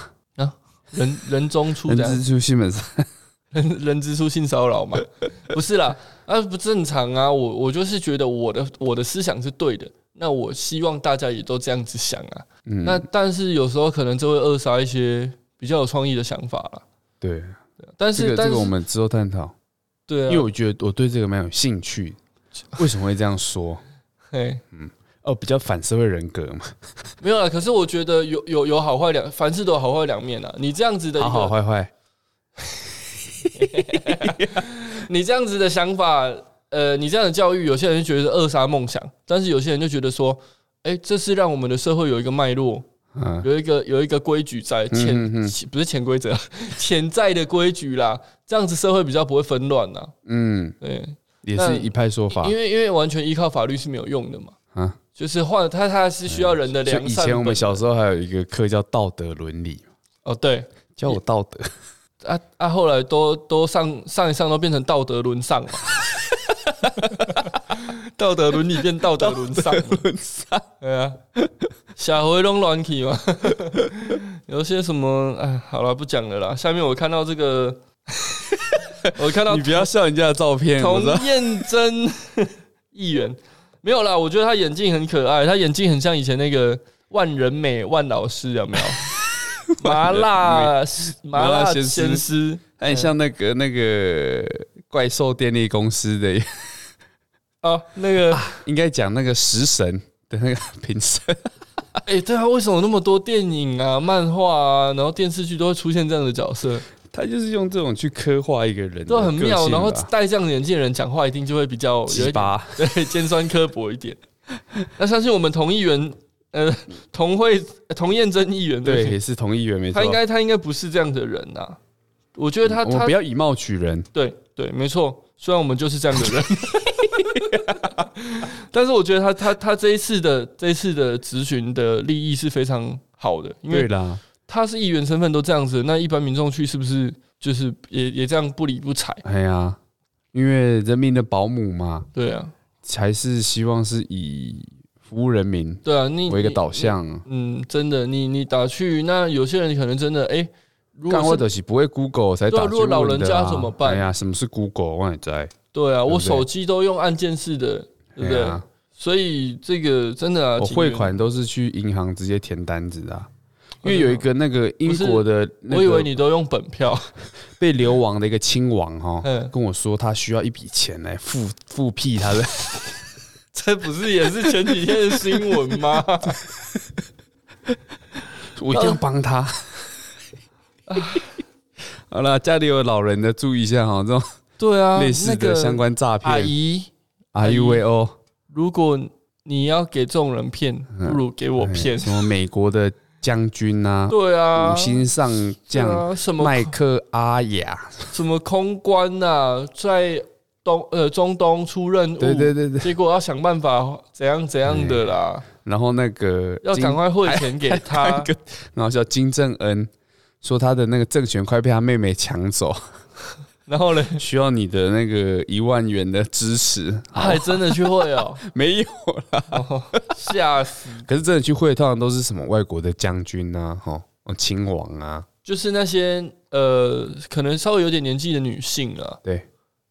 人 人中出人这样之初性本善。人人之初性骚扰 嘛？不是啦，啊不正常啊！我我就是觉得我的我的思想是对的，那我希望大家也都这样子想啊。嗯，那但是有时候可能就会扼杀一些比较有创意的想法啦。对但这是个这但个我是们之后探讨，对啊，因为我觉得我对这个蛮有兴趣。为什么会这样说？嘿哦，比较反社会人格嘛，没有啦。可是我觉得有有有好坏两，凡事都有好坏两面啊。你这样子的一 好个好坏坏。你这样子的想法，呃，你这样的教育，有些人就觉得扼杀梦想，但是有些人就觉得说，哎、这是让我们的社会有一个脉络，嗯，有一个有一个规矩在嗯潜、嗯嗯潜不是潜规则， 潜在的规矩啦，这样子社会比较不会纷乱呐。嗯，对，也是一派说法因为因为完全依靠法律是没有用的嘛，啊。就是换他他是需要人的所良以以善本前能。我们小时候还有一个课叫道德伦理，哦对教我道 德。啊啊，后来都都上上一上都变成道德沦丧了。 道德伦理变道德沦丧，轮上对啊，下回弄乱体嘛。 有些什么，哎，好了，不讲了啦。下面我看到这个， 我看到你不要笑人家的照片，童我知 道。彦真 议员没有啦，我觉得他眼镜很可爱，他眼镜很像以前那个万人美万老师，有没 有？麻辣麻麻辣辣鲜师鲜师，很哎像那个那个怪兽电力公司的，哦，那个，应该讲那个食神的那个评审，哎、对啊，为什么那么多电影啊、漫画啊，然后电视剧都会出现这样的角色，他就是用这种去刻画一个人的都很个妙。性然后吧戴这样的眼镜的人讲话一定就会比较有鸡一点巴，对尖酸刻薄一 点。那相信我们同议员，呃，同会同燕真议员对，不起也是同议员没错。他应该他应该不是这样的人呐、我觉得他嗯我们他不要以貌取人，对对，没错。虽然我们就是这样的人， 但是我觉得他他他这一次的这一次的咨询的利益是非常好的，因为对啦，他是议员身份都这样子，那一般民众去是不是就是也也这样不理不睬？哎呀，因为人民的保姆嘛，对啊，才是希望是以服务人民对啊，你为一个你导向。嗯，真的，你你打去，那有些人可能真的哎、如干果我是的是不会 Google 才对啊打如果出问老人的家啊怎么办哎呀，什么是 Google？我也在，对啊，对我不对手机都用按键式的，对不哎对？啊呀所以这个真的啊，我警汇员，款都是去银行直接填单子的啊、因真的吗为有一个那个英国的，我以为你都用本票，被流亡的一个亲王哈、嗯跟我说他需要一笔钱来复复辟他的，这不是也是前几天的新闻吗？我一定要帮他。好了，家里有老人的注意一下哈、这种 对啊，类似的相关诈那个阿骗姨， ，I U A O，如果你要给这种人骗，不如给我骗。什么美国的将军嗯啊，对啊，五星上对将啊，什么麦克阿雅，什么空关呐、在东呃中东出任务，对对对对，结果要想办法怎样怎样的啦，然后那个要金赶快汇钱给看他一。个，然后叫金正恩说他的那个政权快被他妹妹抢走，然后嘞，需要你的那个一万元的支持。他还真的去汇哦，没有，哦吓死！可是真的去会，通常都是什么外国的将军啊，哈，哦亲王啊，就是那些呃，可能稍微有点年纪的女性啊，对，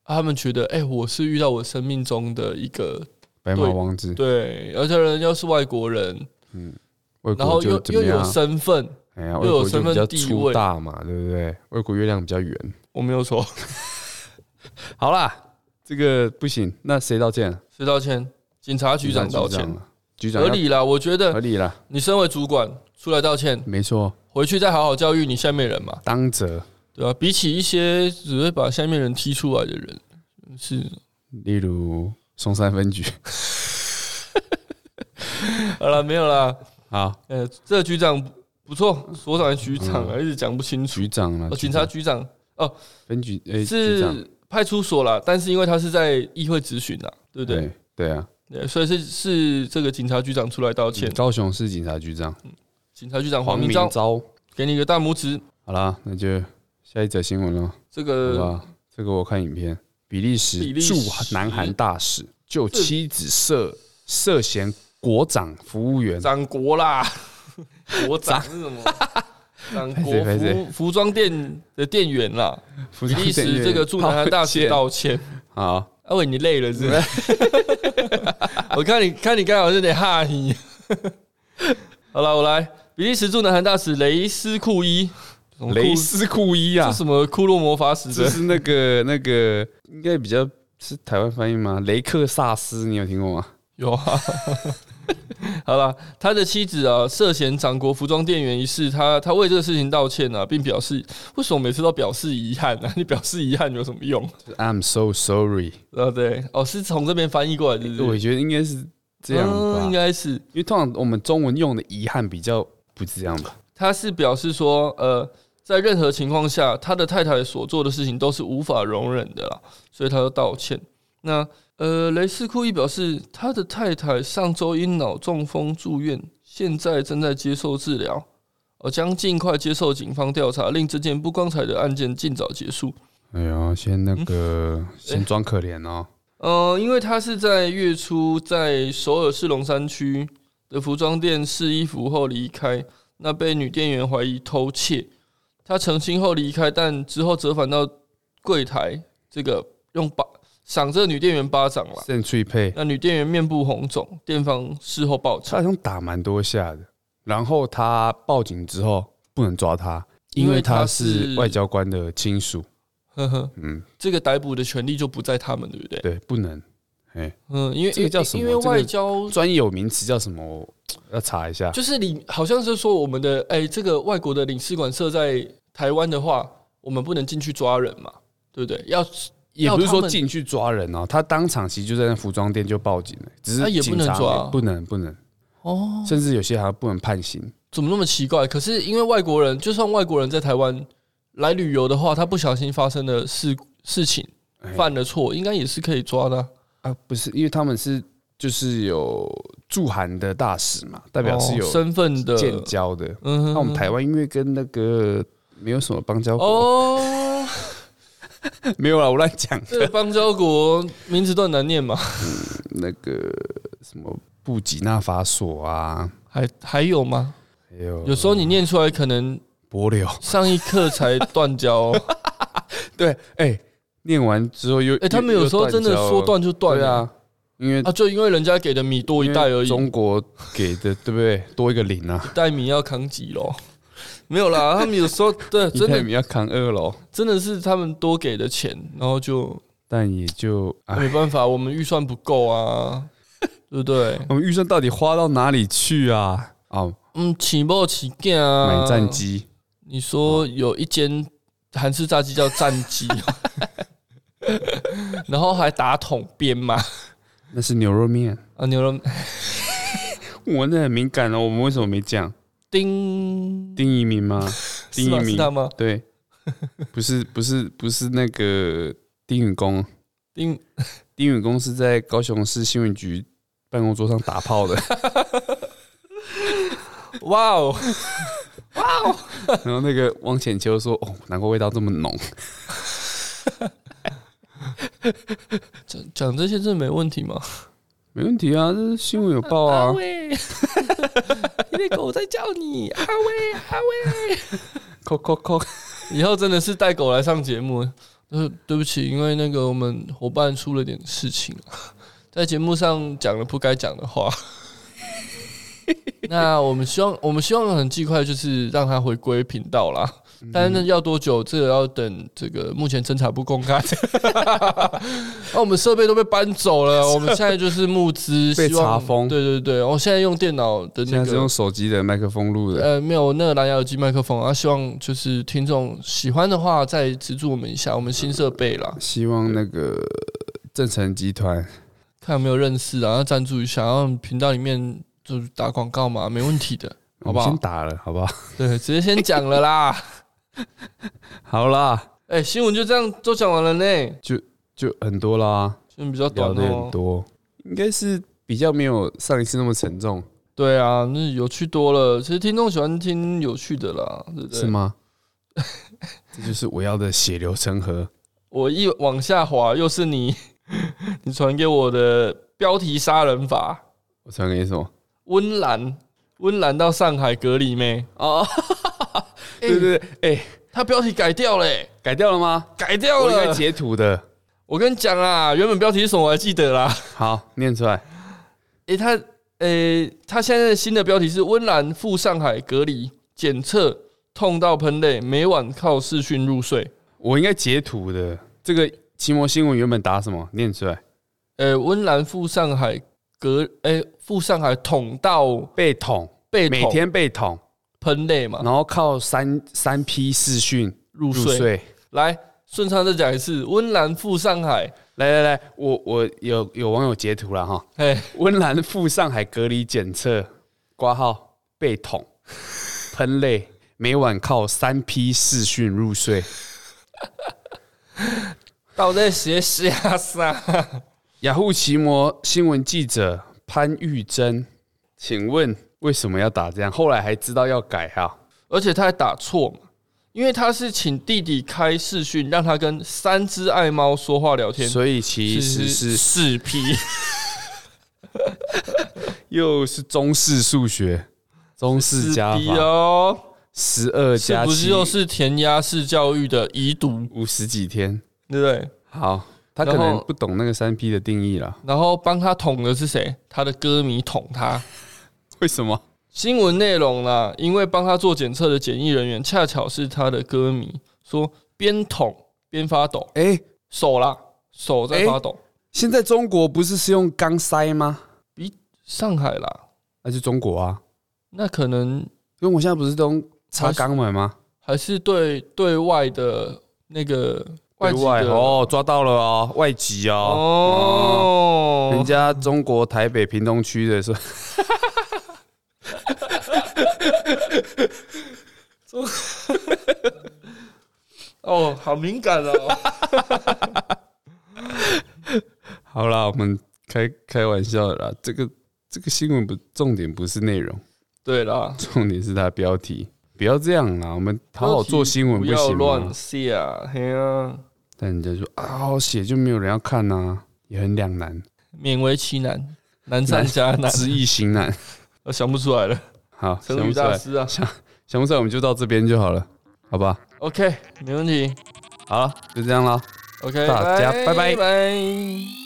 啊她们觉得，哎、我是遇到我生命中的一个白马王子，对，而且人又是外国人，外然后国就又怎又么有样？身份，哎呀，又外有国就身份比较地粗位大嘛，对不对？外国月亮比较圆。我没有错， 好啦，这个不行，那谁道歉？谁道歉？警察局长道歉，了，局长合要理啦。我觉合得理啦，你身为主管出来道歉，没错，回去再好好教育你下面人嘛，当责。对吧、比起一些只会把下面人踢出来的人，是例如松山分局，好了，没有啦。好，呃，这个局长不不错，所长还是局长啊，一直讲不清楚。局长了，哦，嗯啊局警长察局长分局诶，局长是派出所啦，但是因为他是在议会质询啦，对不对？对对啊，对，所以是是这个警察局长出来道歉。高雄市警察局长警察局长黄黄明明章昭。给你一个大拇指。好啦，那就下一则新闻了，这好个吧？这个我看影片，比利时呃比利驻时南韩大使就妻子涉涉嫌国长服务员，长国啦，国长是什 么？长国拍谁拍谁服服装店的店员啦，服比装利店时员这个驻南韩大使道歉道歉。好，阿伟，你累了是不是？ 我看你看你刚好有点哈你。 好了，我来。比利时驻南韩大使雷斯库伊，什么库雷斯库伊啊这，什么库洛魔法使这者？是那个那个应该比较是台湾翻译吗？雷克萨斯，你有听过吗？有啊。 好了，他的妻子啊涉嫌掌国服装店员一事，他他为这个事情道歉啊，并表示为什么每次都表示遗憾呢、啊？你 表示遗憾有什么用？就是 I'm so sorry，啊，对，哦，是从这边翻译过来，是不是？我觉得应该是这样嗯吧应。该是。因为通常我们中文用的遗憾比较不是这样吧？他是表示说，呃，在任何情况下，他的太太所做的事情都是无法容忍的啦，所以他就道歉。那呃，雷斯库伊表示，他的太太上周因脑中风住院，现在正在接受治疗，呃，将尽快接受警方调查，令这件不光彩的案件尽早结束。哎呦，先那个、先装可怜哦，呃，因为他是在月初在首尔市龙山区的服装店试衣服后离开，那被女店员怀疑偷窃。他澄清后离开，但之后折返到柜台，这个用巴赏这个女店员巴掌了。郑翠佩，那女店员面部红肿，店方事后报他称，好像打蛮多下的。然后他报警之后不能抓他，因因为为他他是是外交官的亲属。呵呵，嗯， 这个逮捕的权利就不在他们，对不对？对，不能。哎，嗯，因为这个叫什么因为这个外交专有名词叫什么？我要查一下。就是你好像是说我们的哎、这个外国的领事馆设在台湾的话，我们不能进去抓人嘛，对不对？要也要不是他说们进去抓人哦，他当场其实就在那服装店就报警了，只那啊也是不能警察抓不能不能，哦，甚至有些还不能判刑。怎么那么奇怪？可是因为外国人，就算外国人在台湾来旅游的话，他不小心发生的事事情哎犯了错，应该也是可以抓的啊、啊，不是，因为他们是就是有驻韩的大使嘛，代表是哦有身份的，建交的。嗯哼那我们台湾因为跟那个没有什么邦交国，哦， 没有啦，我乱讲这个邦交国名字都很难念嘛， 那个什么布吉纳法索啊，还还有吗？还有有时候你念出来，可能帛琉，上一课才断交哦、 对，哎、念完之后又哎、他们有时候真的说断就断哦对了啊，因为 啊，就因为人家给的米多一袋而已，一中国给 的对不对？多一个零啊，袋米要扛几楼？ 没有啦，他们有时候 对，真的你要扛二楼，真的是他们多给的钱，然后就但也就哎，没办法，我们预算不够 啊，对不对？我们预算到底花到哪里去啊？哦，嗯，起步起价啊，买战。机，你说有一间韩式炸鸡叫战鸡， 然后还打桶边嘛？那是牛肉面。啊，牛肉我那很敏感哦，我们为什么没讲丁丁一鸣吗？ 是丁一吗？是鸣他吗？对，不是不是不是那个丁允恭，丁丁允恭是在高雄市新闻局办公桌上打炮 的，哇哦！哦然后那个汪浅秋说：“哦，难怪味道这么浓。讲讲这些真的没问题吗？”没问题啊，这是新闻有报哦啊。喂，因为狗在叫你，阿威阿扣扣扣，威。以后真的是带狗来上节目。呃，对不起，因为那个我们伙伴出了点事情，啊在节目上讲了不该讲的 话。那我们希望，我们希望很尽快就是让他回归频道啦。嗯但是呢要多久？这个要等这个目前侦查部公开。 那、我们设备都被搬走 了，我们现在就是募资，被希望查封对对对，我现在用电脑的那现在是个用手机的麦克风录的。呃，没有那个蓝牙耳机麦克风啊，希望就是听众喜欢的话，再资助我们一下，我们新设备啦，希望那个正成集团看有没有认识啊，要赞助一下，然后频道里面就是打广告嘛，没问题的，好不我们好先？打了，好不好？对，直接先讲了啦。好啦，哎、新闻就这样都讲完了呢，就很多啦，新闻比较短聊的哦很。多，应该是比较没有上一次那么沉重，对啊，那有趣多了。其实听众喜欢听有趣的啦，对不对？是 吗？这就是我要的血流成河。我一往下滑，又是你， 你传给我的标题杀人法。我传给你什么？温岚，温岚到上海隔离没？哦， 对对对，哎、他标题改掉了欸、改掉了吗？改掉我应该了。截图的。我跟你讲啊，原本标题是什么我还记得啦。 好，念出来。诶、他，诶、他现在的新的标题是温岚赴上海隔离检测，痛到喷泪，每晚靠视讯入睡。我应该截图的。这个奇摩新闻原本打什么？念出来。诶、温岚赴上海隔，诶、赴上海捅到被捅，被每捅天被捅，喷泪嘛，然后靠三三批视讯入入睡。睡。来，顺畅再讲一次，温岚赴上海，来来来，我我有有网友截图了哈。哎、温岚赴上海隔离检测，挂号被捅，喷泪，每晚靠三批视讯入睡，到底写瞎啥？雅虎奇摩新闻记者潘玉珍，请问为什么要打这样？后来还知道要改哈、而且他还打错嘛，因为他是请弟弟开视讯，让他跟三只爱猫说话聊天，所以其实是四 P。又是中式数学，中式加四 P 法，哦，十二是加不是七，又是填鸭式教育的遗毒，五十几天。对不对？好，他可然后能不懂那个三 P 的定义啦。然后帮他捅的是谁？他的歌迷捅他。为什么？新闻内容啦，因为帮他做检测的检疫人员恰巧是他的歌迷，说边捅边发抖，哎、手啦，手在发抖。现在中国不是是用钢塞吗？上海啦，那就中国啊，那可能因为我现在不是都插肛门吗？还是对对外的那个外籍对外的哦，抓到了哦，外籍哦，哦，人家中国台北屏东区的说，哦，好敏感 哦。 好啦，我们开开玩笑的啦。这个这个新闻不重点不是内容， 对啦，重点是它的标题。不要这样啦，我们好好做新闻不不要行乱吗？写啊，嘿啊，但人家说啊，好写就没有人要看呐、也很两难，勉为其难，难上加 难，知易行难。我想不出来了，好，想成不语出大来，师啊。想不出来我们就到这边就好了，好吧？ OK，没问题。好了，就这样啦。 OK，大家拜拜拜。